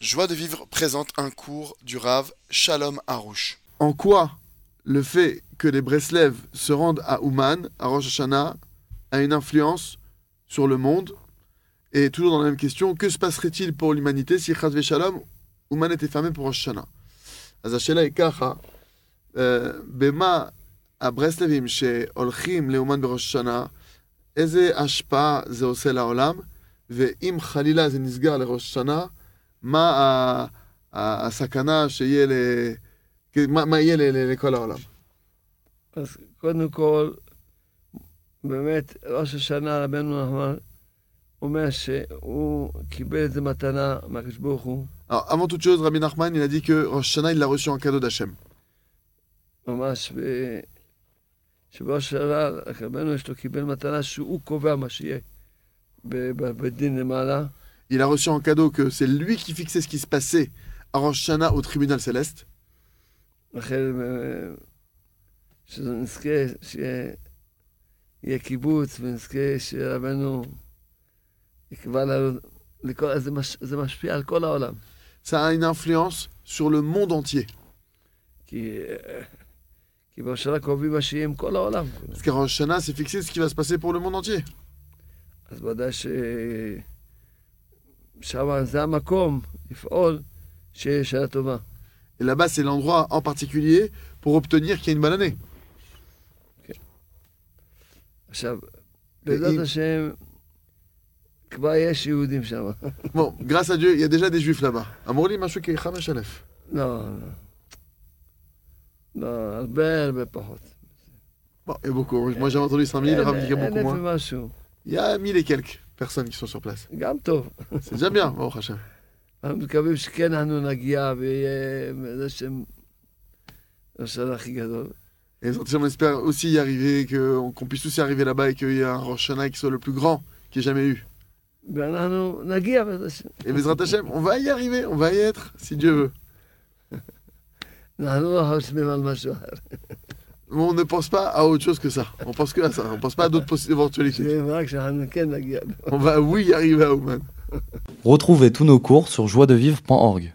Joie de vivre présente un cours du Rav Shalom Harouche. En quoi le fait que les Breslev se rendent à Ouman, à Rosh Hashanah, a une influence sur le monde Et toujours dans la même question, que se passerait-il pour l'humanité si Chazve Shalom, Ouman était fermé pour Rosh Hashanah euh, אז השאלה היא ככה, אה, במה הברסלבים שהולכים לאומן בראש השנה, איזה השפעה זה עושה לעולם, ואם חלילה זה נסגר לראש השנה, מה ה- ה- הסכנה שיהיה ל... כי- מה, מה יהיה ל- ל- לכל העולם? אז קודם כל, באמת, ראש השנה, רבנו נחמן, אומר שהוא קיבל את זה מתנה מהקדוש ברוך הוא, Alors, avant toute chose, Rabbi Nachman, il a dit que Rosh Hashanah, il l'a reçu en cadeau d'Hachem. ממש, ב... שבראש השנה, רבנו שלו קיבל מתנה שהוא קובע מה שיהיה ב- בבית דין למעלה, Il a reçu en cadeau que c'est lui qui fixait ce qui se passait à Rosh Hashanah au tribunal céleste. לכן אה, שנזכה שיהיה קיבוץ ונזכה שרבנו יקבע לנו, לכל, זה, מש, זה משפיע על כל העולם. Ça a une influence sur le monde entier. כי, אה, כי בהושענא קובעים מה שיהיה עם כל העולם. Parce qu'à Rosh Hashanah, c'est fixé ce qui va se passer pour le monde entier. אז ודאי ש... שם זה המקום לפעול שיהיה שנה טובה. Et là-bas, c'est l'endroit en particulier pour obtenir qu'il y ait une bonne année. עכשיו, בעזרת ואם- השם, כבר יש יהודים שם. Bon, grâce à Dieu, il y a déjà des juifs là-bas. Amorli Mashouké Khamesh Aleph. לא, לא. לא, הרבה הרבה pahot. Bon, et beaucoup. Moi, j'ai entendu 5000, le Rav dit qu'il y a beaucoup moins. Il y a 1000 et quelques personnes qui sont sur place. גם טוב. C'est déjà bien, Baruch Hashem. אנחנו מקווים שכן אנחנו נגיע ויהיה איזה שם... השנה הכי גדול. Et Zant Hashem, on espère aussi y arriver, que- qu'on puisse tous y arriver là-bas et qu'il y ait un Rosh Hashanah qui soit le plus grand qu'il y ait jamais eu. ואנחנו נגיע בעזרת השם. Et Bezrat Hashem, on va y arriver, on va y être, si Dieu veut. אנחנו לא חושבים על משהו אחר. On ne pense pas à autre chose que ça. On pense que à ça. On pense pas à d'autres possi- éventualités. חושבים רק שאנחנו כן נגיע. On va, oui, y arriver à Ouman. Retrouvez tous nos cours sur joiedevivre.org.